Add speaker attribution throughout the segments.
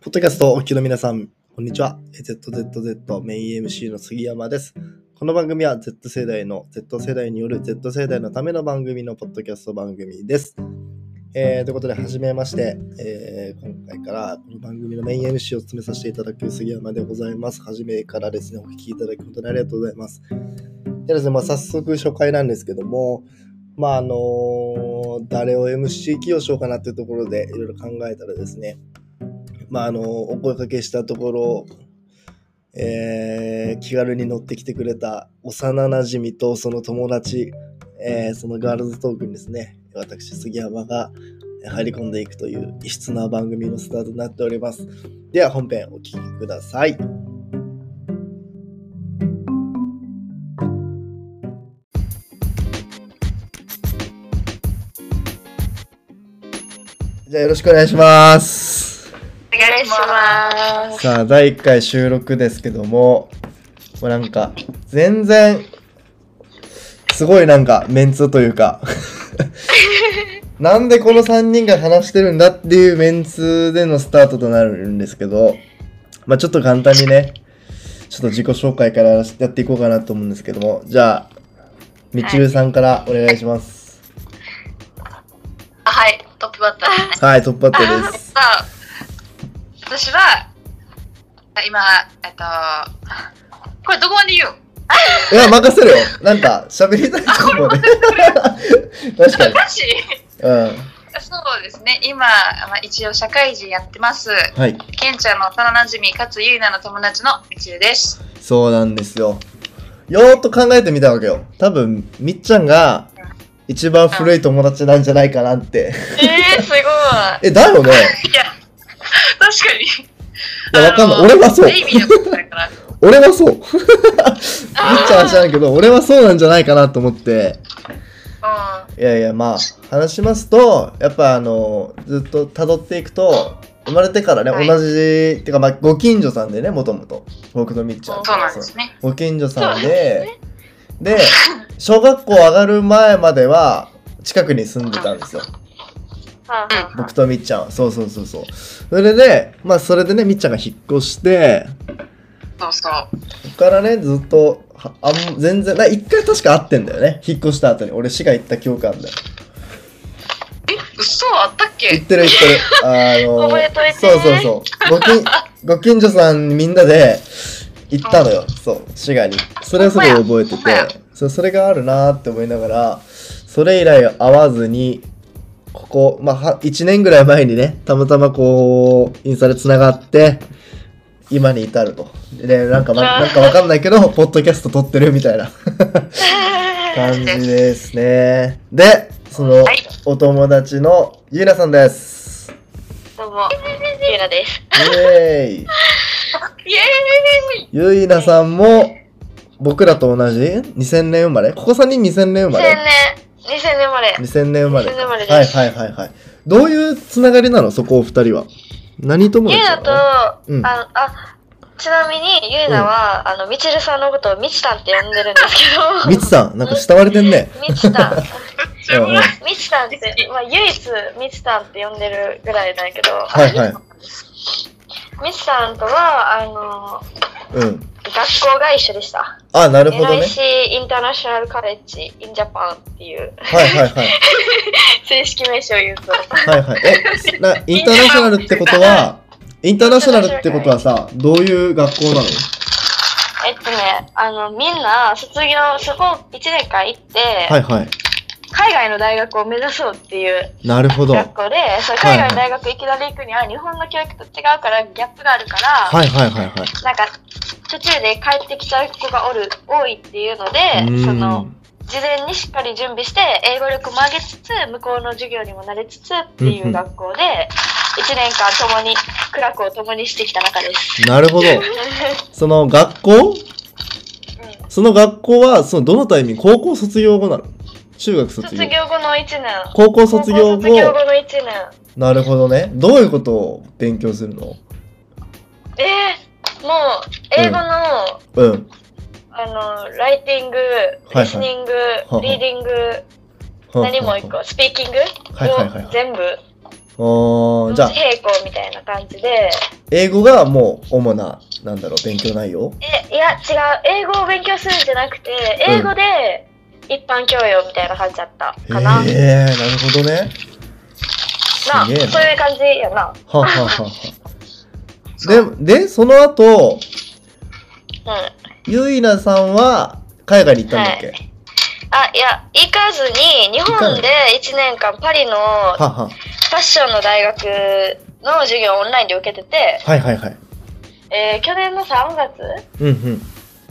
Speaker 1: ポッドキャストをお聞きの皆さん、こんにちは。ZZZ メイン MC の杉山です。この番組は Z 世代の Z 世代による Z 世代のための番組のポッドキャスト番組です。えーということで、はじめまして、えー今回からこの番組のメイン MC を務めさせていただく杉山でございます。はじめからですね、お聞きいただき本当にありがとうございます。でですね、まあ、早速初回なんですけども、まああの誰を MC 起用しようかなというところでいろいろ考えたらですね、まあ、あのお声かけしたところ、えー気軽に乗ってきてくれた幼なじみとその友達、えーそのガールズトークにですね私杉山が入り込んでいくという異質な番組のスタートになっておりますでは本編お聞きくださいじゃあよろしくお願いします
Speaker 2: お願いします。
Speaker 1: さあ第1回収録ですけどももうなんか全然すごいなんかメンツというか なんでこの3人が話してるんだっていうメンツでのスタートとなるんですけどまあちょっと簡単にねちょっと自己紹介からやっていこうかなと思うんですけどもじゃあみちるさんからお願いします
Speaker 2: あはい、トップバッター。
Speaker 1: はいトップバッターです
Speaker 2: さあ、私は、あ今、えっと、これどこまで言うん
Speaker 1: いや任せるよなんか喋りたいと思うね 確かに
Speaker 2: マジ
Speaker 1: うん
Speaker 2: そうですね、今、まあ、一応社会人やってます。
Speaker 1: はい
Speaker 2: ケンちゃんの幼なじみ、かつゆいなの友達のみちるです。
Speaker 1: そうなんですよ。よーっと考えてみたわけよ。多分、みっちゃんが一番古い友達なんじゃないかなって。
Speaker 2: えー、すごい。い
Speaker 1: え、だよね
Speaker 2: や、確かに。
Speaker 1: いや、わかんない。俺はそう。
Speaker 2: ベイビーのことだから。
Speaker 1: 俺は そう。みっちゃんは知らんけど、俺はそうなんじゃないかなと思って。
Speaker 2: うん。
Speaker 1: いやいや、まあ、話しますと、やっぱあの、ずっと辿っていくと、生まれてからね、
Speaker 2: はい
Speaker 1: 同じ、てかまあ、ご近所さんでね、もともと。僕とみっちゃん。
Speaker 2: そうなんですね。
Speaker 1: ご近所さんで、で、小学校上がる前までは、近くに住んでたんですよ。
Speaker 2: うん。
Speaker 1: 僕とみっちゃんは。そうそうそうそう。それで、まあ、それでね、みっちゃんが引っ越して、
Speaker 2: そうそう。
Speaker 1: そこからね、ずっと、はあん全然、な一回確か会ってんだよね。引っ越した後に。俺、市が行った教官だよ。
Speaker 2: え、嘘あったっけ
Speaker 1: 行ってる行ってる。あの
Speaker 2: 覚えといて
Speaker 1: そうそうそう。ご近、ご近所さんみんなで行ったのよ。そう、滋賀に。それはすごい覚えて
Speaker 2: ほんまや
Speaker 1: て、そうそれがあるなーって思いながら、それ以来会わずに、ここ、まあ、は1年ぐらい前にね、たまたまこう、インスタでつながって、今に至ると。で、なんか、ま、
Speaker 2: あー
Speaker 1: なんかわかんないけど、ポッドキャスト撮ってるみたいな 感じですね。で、その
Speaker 2: はい、
Speaker 1: お友達のゆいなさんです。
Speaker 2: どうも、ゆいなです。
Speaker 1: イエーイ
Speaker 2: イエーイ
Speaker 1: ゆいなさんも僕らと同じ2000年生まれここ3人2000年生まれ
Speaker 2: 年、2000年生まれ。
Speaker 1: 2000年生まれ
Speaker 2: 2000年生まれです
Speaker 1: はいはいはいはいどういうつながりなのそこお二人は何友
Speaker 3: ゆう
Speaker 1: 達
Speaker 3: な
Speaker 1: な
Speaker 3: と、
Speaker 1: の
Speaker 3: あ
Speaker 1: うん
Speaker 3: のあちなみにゆうなは、あのみちるさんのことをみちたんって呼んでるんですけ
Speaker 1: みちさんなんか慕われてんね
Speaker 3: どみちたん
Speaker 1: うんうんはい
Speaker 3: みちたんって、まあ、唯一みちたんって呼んでるぐらいだけど、
Speaker 1: はい
Speaker 3: みちたんとはあの
Speaker 1: うん
Speaker 3: 学校が一緒でした、
Speaker 1: あなるほどね
Speaker 3: NIC インターナショナルカレッジ in Japan っていう
Speaker 1: はいはいはい
Speaker 3: 正式名称を言うと
Speaker 1: はいはいえなインターナショナルってことはインターナショナルってことはさどういう学校なの
Speaker 3: えっとねあのみんな卒業そこ1年間行って、
Speaker 1: はいはい
Speaker 3: 海外の大学を目指そうっていう
Speaker 1: なるほどはい
Speaker 3: 学校でそう海外の大学いきなり行くには日本の教育と違うからギャップがあるから、
Speaker 1: はいはいはい
Speaker 3: なんか途中で帰ってきちゃう子がおる多いっていうの
Speaker 1: う
Speaker 3: で
Speaker 1: ー
Speaker 3: そ
Speaker 1: ん
Speaker 3: の事前にしっかり準備して英語力も上げつつ向こうの授業にも慣れつつってい
Speaker 1: んうん
Speaker 3: う学校で1年間共に苦楽を共にしてきた中です。
Speaker 1: なるほ どその学校その学校はそのどのタイミング高校卒業後なの中学卒業
Speaker 3: 卒業後の1年
Speaker 1: 高校卒業後
Speaker 3: 高校卒業後の1年
Speaker 1: なるほどねどういうことを勉強するの
Speaker 3: えー、もう英語の、
Speaker 1: うん
Speaker 3: あのライティング、
Speaker 1: はい
Speaker 3: リスニング、
Speaker 1: はは
Speaker 3: リーディング、何もう一個、スピーキング
Speaker 1: はいはいはいはい
Speaker 3: を全部
Speaker 1: おーじゃあ
Speaker 3: 同時並行みたいな感じで
Speaker 1: 英語がもう主ななんだろう勉強内容
Speaker 3: えいや違う英語を勉強するんじゃなくて英語で一般教養みたいな感じだった
Speaker 1: ええー、
Speaker 3: か
Speaker 1: な
Speaker 3: な、
Speaker 1: るほどね
Speaker 3: な
Speaker 1: すげえな
Speaker 3: そういう感じやな
Speaker 1: はあはあはあ はあででその後
Speaker 3: うんあ
Speaker 1: ゆいなさんは海外に行ったんだっけ、
Speaker 3: ははいや行かずに日本で1年間パリのフ
Speaker 1: はは
Speaker 3: ァッションの大学の授業をオンラインで受けてて、
Speaker 1: はいはいはい
Speaker 3: えー去年の3月
Speaker 1: うんうん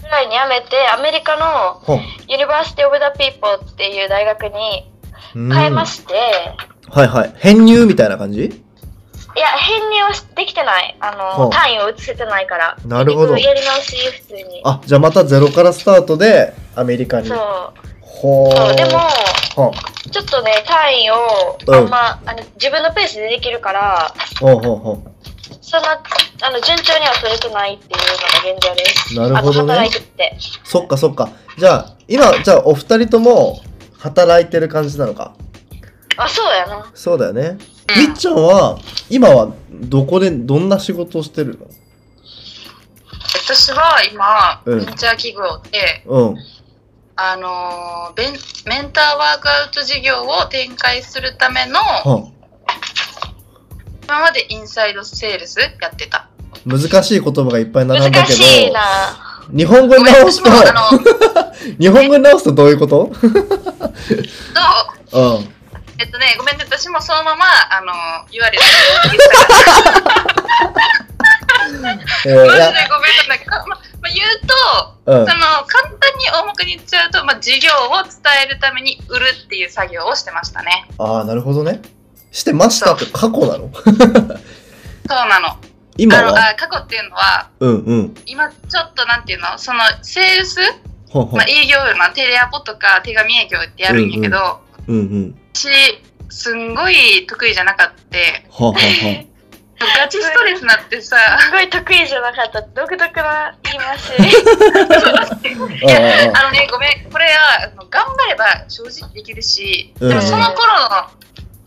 Speaker 3: ぐらいに辞めてアメリカの
Speaker 1: ほう
Speaker 3: ユニバーシティ・オブ・ザ・ピーポーっていう大学に
Speaker 1: うん
Speaker 3: 変えまして、
Speaker 1: はいはい編入みたいな感じ
Speaker 3: いや編入はできてないあ
Speaker 1: ほう
Speaker 3: の単位を移せてないから
Speaker 1: なるほど
Speaker 3: 結局やり直し普通に
Speaker 1: あじゃあまたゼロからスタートでアメリカに
Speaker 3: そう
Speaker 1: ほ
Speaker 3: そうでも
Speaker 1: は
Speaker 3: ちょっとね単位を
Speaker 1: うん
Speaker 3: あんま、あの自分のペースでできるから
Speaker 1: ほうほうほ
Speaker 3: そんなあの順調には取れてないっていうのが現状です
Speaker 1: うなるほど
Speaker 3: あと働
Speaker 1: ね
Speaker 3: いてって
Speaker 1: そっかそっかじゃあ今じゃあお二人とも働いてる感じなのか
Speaker 3: あそうやな
Speaker 1: そうだよね
Speaker 2: うん
Speaker 1: みっちゃんは今はどこでどんな仕事をしてるの
Speaker 2: 私は今、
Speaker 1: うん
Speaker 2: ベンチャー企業で、
Speaker 1: うん
Speaker 2: あのーベン、メンターワークアウト事業を展開するための、
Speaker 1: は
Speaker 2: 今までインサイドセールスやってた。
Speaker 1: 難しい言葉がいっぱい並んだ
Speaker 3: 難
Speaker 1: けど
Speaker 3: しいな
Speaker 1: 日本語に
Speaker 2: ごめん、
Speaker 1: 直
Speaker 2: 私
Speaker 1: すと
Speaker 2: も、あの、ど
Speaker 1: 日本語に直すとどういうことう
Speaker 2: う、
Speaker 1: ん
Speaker 2: えっとね、ごめんね、私もそのまま、あの、言われる。
Speaker 1: えー、いや
Speaker 2: マジでごめんなんだけど、まま言うと、
Speaker 1: うん
Speaker 2: その簡単に大目に言っちゃうと、まあ、事業を伝えるために売るっていう作業をしてましたね
Speaker 1: ああなるほどねしてましたって過去なの
Speaker 2: そうなの
Speaker 1: 今
Speaker 2: あの
Speaker 1: は
Speaker 2: あ過去っていうのは
Speaker 1: うんうん
Speaker 2: 今ちょっとなんていうのそのセールス、
Speaker 1: ほんほん
Speaker 2: まあ、営業なテレアポとか手紙営業ってやるんやけど、
Speaker 1: うんうん
Speaker 2: 私すんごい得意じゃなかった
Speaker 1: ははは
Speaker 2: ガチストレスになってさ
Speaker 3: すごい得意じゃなかった独特な言い回し
Speaker 2: いや
Speaker 1: ああ
Speaker 2: あのねごめんこれはあの頑張れば正直できるし、
Speaker 1: うん
Speaker 2: でもその頃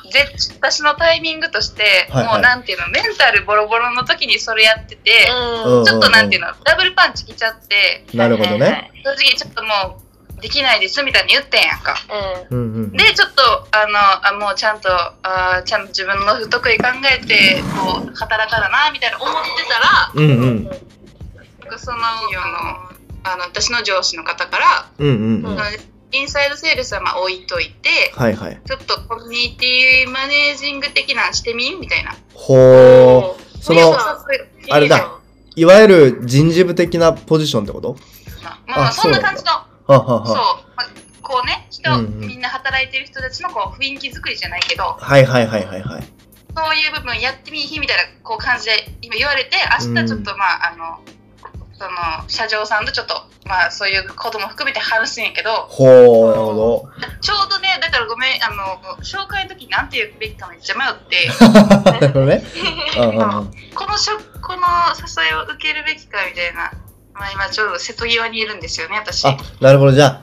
Speaker 2: のぜ私のタイミングとして、
Speaker 1: はいはい
Speaker 2: もうなんていうのメンタルボロボロの時にそれやってて、
Speaker 3: うん
Speaker 1: うん
Speaker 2: ちょっとなんていうのダブルパンチきちゃって
Speaker 1: なるほどね。
Speaker 2: 正直ちょっともうできないですみたいに言ってんやんか。
Speaker 3: はいはいはい
Speaker 1: うんうん
Speaker 2: でちょっとあのあもうちゃんとあーちゃんと自分の不得意考えてこう働かだなみたいな思ってたら
Speaker 1: うんう
Speaker 3: うんん
Speaker 2: なんかその企業のあの私の上司の方から
Speaker 1: うんうんうん
Speaker 2: そのインサイドセールスはまあ置いといて
Speaker 1: はいはい
Speaker 2: ちょっとコミュニティマネージング的なんしてみんみたいな
Speaker 1: ほーそ
Speaker 2: で
Speaker 1: の
Speaker 2: 早速
Speaker 1: あれだいわゆる人事部的なポジションってこと
Speaker 2: まあま
Speaker 1: あ
Speaker 2: あそんな感じの
Speaker 1: はは
Speaker 2: そう
Speaker 1: は
Speaker 2: まあこうね人、
Speaker 1: うんうん
Speaker 2: みんな働いてる人たちのこう雰囲気作りじゃないけど
Speaker 1: はいはいはいはいはい
Speaker 2: そういう部分やってみいひみたいなこう感じで今言われて明日ちょっとまあ、あのその社長さんとちょっとまあそういうことも含めて話すんやけど
Speaker 1: ほーなるほど
Speaker 2: ちょうどねだからごめんあの紹介の時に何て言うべきかめっちゃ迷って。
Speaker 1: なるほどねうんうんうん
Speaker 2: このしょこの誘いを受けるべきかみたいな、まあ、今ちょうど瀬戸際にいるんですよね私
Speaker 1: あなるほどじゃあ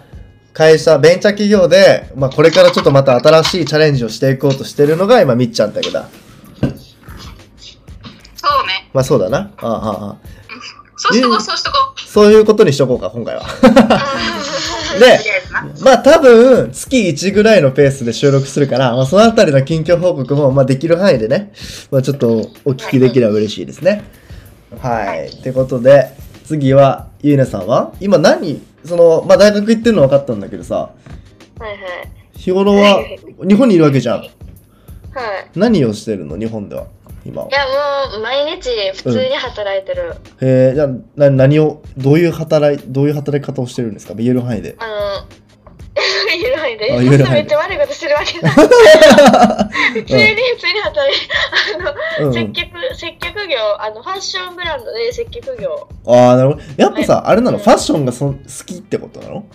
Speaker 1: 会社ベンチャー企業で、まあ、これからちょっとまた新しいチャレンジをしていこうとしてるのが今みっちゃんってことだ
Speaker 2: そうね
Speaker 1: まあそうだなああああ
Speaker 2: そうしとこ
Speaker 1: え
Speaker 2: うそうしとこ
Speaker 1: そういうことにしとこうか今回は
Speaker 2: う
Speaker 1: で
Speaker 2: とりあえずな
Speaker 1: まあ多分月1ぐらいのペースで収録するから、まあ、そのあたりの近況報告も、まあ、できる範囲でね、まあ、ちょっとお聞きできれば嬉しいですね。はい。ってことで次はゆいなさんは今何その、まあ、大学行ってるの分かったんだけどさ
Speaker 3: はいはい
Speaker 1: 日頃は日本にいるわけじゃん。
Speaker 3: はい。
Speaker 1: 何をしてるの日本では今はい
Speaker 3: やもう毎日普通に働いてる、
Speaker 1: えー、じゃあな何をどういう働いどういう働き方をしてるんですか言える範囲 で。
Speaker 3: あの 言えないで
Speaker 1: あ
Speaker 3: そ
Speaker 1: 言え
Speaker 3: ん
Speaker 1: ないで
Speaker 3: なめっちゃ悪いことしてるわけじゃない普通に普通に働いて
Speaker 1: うんう
Speaker 3: 接
Speaker 1: ん、
Speaker 3: 客接客業あのファッションブランドで接客業
Speaker 1: ああなるほど。やっぱさあれなのファッションがそ好きってことなの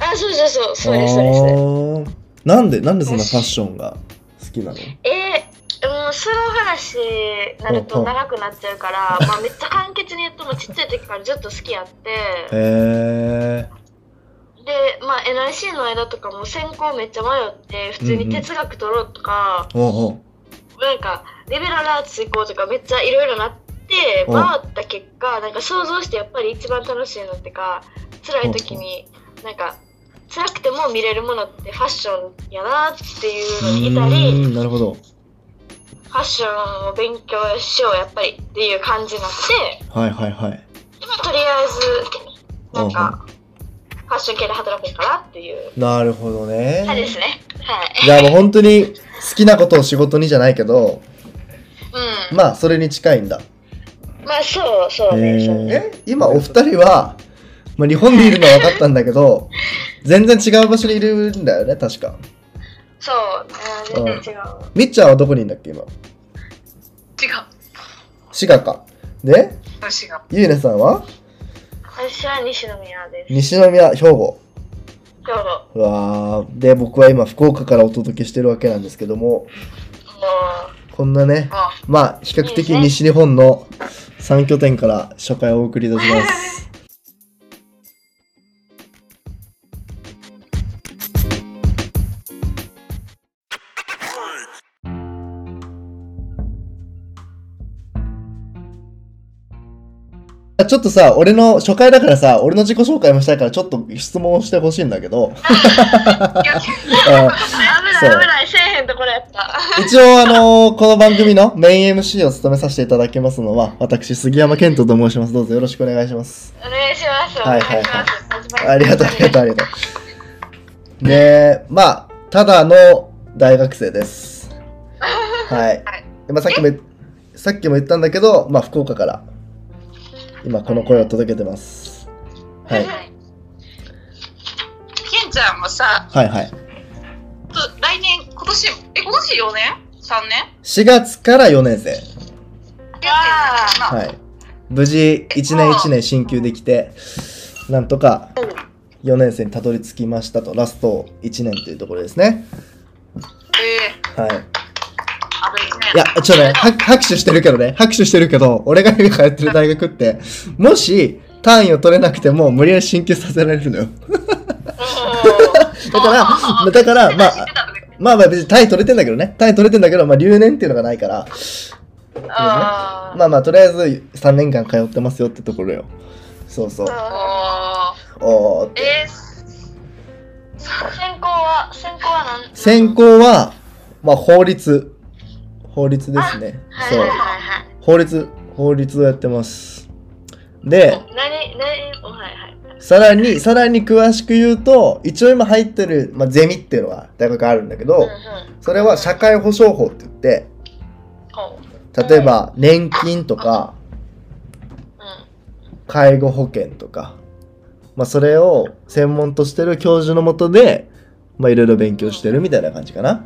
Speaker 3: あそうそうそうそうですそうです
Speaker 1: あーなんでなんでそんなファッションが好きなの
Speaker 3: えー、もうその話にな
Speaker 1: う
Speaker 3: る
Speaker 1: んう
Speaker 3: と
Speaker 1: ん
Speaker 3: 長くなっちゃ うから、まあ、めっちゃ簡潔に言ってもちっちゃい時からずっと好きやって
Speaker 1: へえ
Speaker 3: で、まあ、NIC の間とかも専攻めっちゃ迷って普通に哲学取ろうとか、
Speaker 1: ー。おうおう
Speaker 4: なんかリベラルアーツ行こうとかめっちゃいろいろなって
Speaker 1: うん
Speaker 4: 回った結果なんか想像してやっぱり一番楽しいのってか辛い時になんか辛くても見れるものってファッションやなっていうのにいたり
Speaker 1: うーんなるほど
Speaker 4: ファッションを勉強しようやっぱりっていう感じになって
Speaker 1: はいはいはい
Speaker 4: 今とりあえずなんかファッション系で働こうかなっていう
Speaker 1: なるほどね
Speaker 3: はいですね。はい。
Speaker 1: じゃあもう本当に好きなことを仕事にじゃないけど
Speaker 4: うん
Speaker 1: まあそれに近いんだ
Speaker 3: まあそうそうね。そうね
Speaker 1: え今お二人は、まあ、日本にいるのは分かったんだけ ど全然違う場所にいるんだよね確か
Speaker 4: そう
Speaker 1: うん
Speaker 4: 全然違う
Speaker 1: みっちゃんはどこにいるんだっけ今
Speaker 2: 違う
Speaker 1: 滋賀かで
Speaker 2: 違う
Speaker 1: ゆうねさんは
Speaker 4: 私は西宮です
Speaker 1: 西宮兵庫
Speaker 4: 今日も
Speaker 1: うわーで僕は今福岡からお届けしてるわけなんですけどもこんなね
Speaker 2: あ
Speaker 1: まあ比較的西日本の3拠点から初回をお送りいたします。 ちょっとさ、俺の初回だからさ、俺の自己紹介もしたいから、ちょっと質問をしてほしいんだけど、
Speaker 2: いや
Speaker 1: あ
Speaker 4: 危
Speaker 1: そう
Speaker 4: ない危ないせえへんところやった
Speaker 1: 一応あのこの番組のメイン MC を務めさせていただきますのは私杉山健人と申しますどうぞよろしくお願いします
Speaker 4: お願いします。
Speaker 1: はいはいはい
Speaker 4: お願します
Speaker 1: ありがとうありがとうありがとうねえまあただの大学生ですはいでまあ、さっきもさっきも言ったんだけどまあ福岡から今この声を届けてますはい
Speaker 2: ケンちゃんもさ
Speaker 1: はいはい
Speaker 2: と来年今年え今年4年 ?3 年
Speaker 1: 4月から4年生
Speaker 2: やってんだな
Speaker 1: はい無事1年1年進級できてなんとか4年生にたどり着きましたとラスト1年というところですね
Speaker 2: えー、
Speaker 1: はい
Speaker 2: あと1年
Speaker 1: いやちょっとねは拍手してるけどね拍手してるけど俺が今通ってる大学ってもし単位を取れなくても無理やり進級させられるのよだからだからまあまあまあ別に単位取れてんだけどね単位取れてんだけどまあ留年っていうのがないから
Speaker 2: あ
Speaker 1: まあまあとりあえず3年間通ってますよってところよそうそう
Speaker 2: あお
Speaker 1: おー
Speaker 2: ーえー、
Speaker 4: 先行は先行はなん
Speaker 1: 専攻は、まあ、法律法律ですね
Speaker 4: はい
Speaker 1: そ
Speaker 4: は
Speaker 1: う
Speaker 4: いはいはい。
Speaker 1: 法律法律をやってますで
Speaker 4: 何何おはいはい。
Speaker 1: さらにさらに詳しく言うと一応今入ってる、まあ、ゼミっていうのは大学あるんだけどそれは社会保障法って言って
Speaker 4: ほ
Speaker 1: 例えば年金とか介護保険とか、まあ、それを専門としてる教授のもとでまあいろいろ勉強してるみたいな感じかな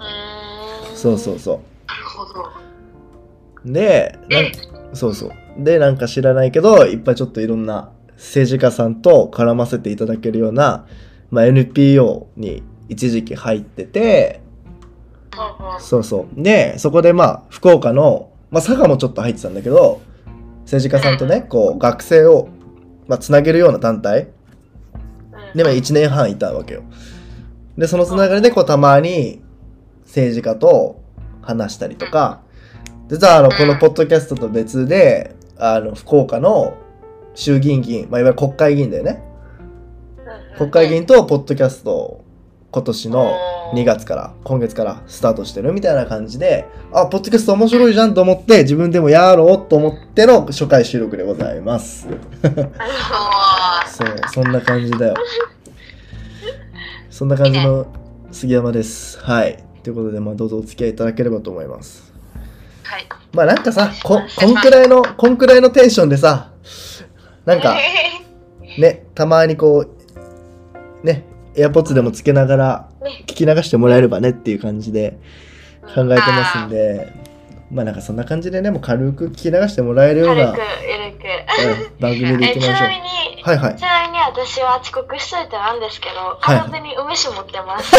Speaker 4: うん。
Speaker 1: そうそうそう
Speaker 2: なるほど
Speaker 1: でなんそうそうでなんか知らないけどいっぱいちょっといろんな政治家さんと絡ませていただけるような、まあ、NPO に一時期入っててそうそうでそこでまあ福岡の、まあ、佐賀もちょっと入ってたんだけど政治家さんとねこう学生を、まあ、つなげるような団体で、まあ、1年半いたわけよでそのつながりでこうたまに政治家と話したりとか実はあのこのポッドキャストと別であの福岡の衆議院議員、まあ、いわゆる国会議員だよね国会議員とポッドキャストを今年の2月から今月からスタートしてるみたいな感じであポッドキャスト面白いじゃんと思って自分でもやろうと思っての初回収録でございます
Speaker 2: あ
Speaker 1: そうそんな感じだよそんな感じの杉山ですはいということでまあどうぞお付き合いいただければと思います
Speaker 2: ーはい
Speaker 1: まあなんかさここんくらいのこんくらいのテンションでさなんかねたまにこうねエアポッツでもつけながら
Speaker 4: ね
Speaker 1: 聞き流してもらえればねっていう感じで考えてますんでまあなんかそんな感じでねもう軽く聞き流してもらえるよう
Speaker 4: 軽
Speaker 1: な
Speaker 4: くゆるく。
Speaker 1: うん番組でい
Speaker 4: え
Speaker 1: き
Speaker 4: ち
Speaker 1: ましょ
Speaker 4: な
Speaker 1: う
Speaker 4: みに。
Speaker 1: はいはい
Speaker 4: ちなみに私は遅刻しといてなんですけど、
Speaker 1: はい
Speaker 4: 完全に梅酒持ってます。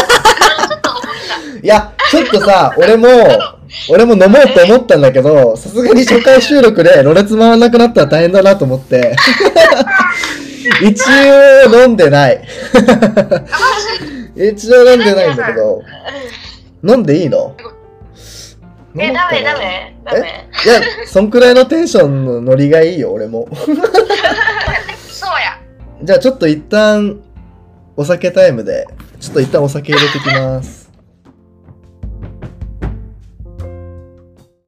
Speaker 1: いや、ちょっとさ、俺も、俺も飲もうと思ったんだけど、さすがに初回収録でろれつ回らなくなったら大変だなと思って。 一応飲んでない。一応飲んでないんだけど。飲んでいいの
Speaker 3: え、ダメダ
Speaker 1: い
Speaker 3: メダメ
Speaker 1: や、そんくらいのテンションのノリがいいよ、俺も。
Speaker 2: そうや。
Speaker 1: じゃあちょっと一旦、お酒タイムで、ちょっと一旦お酒入れてきます。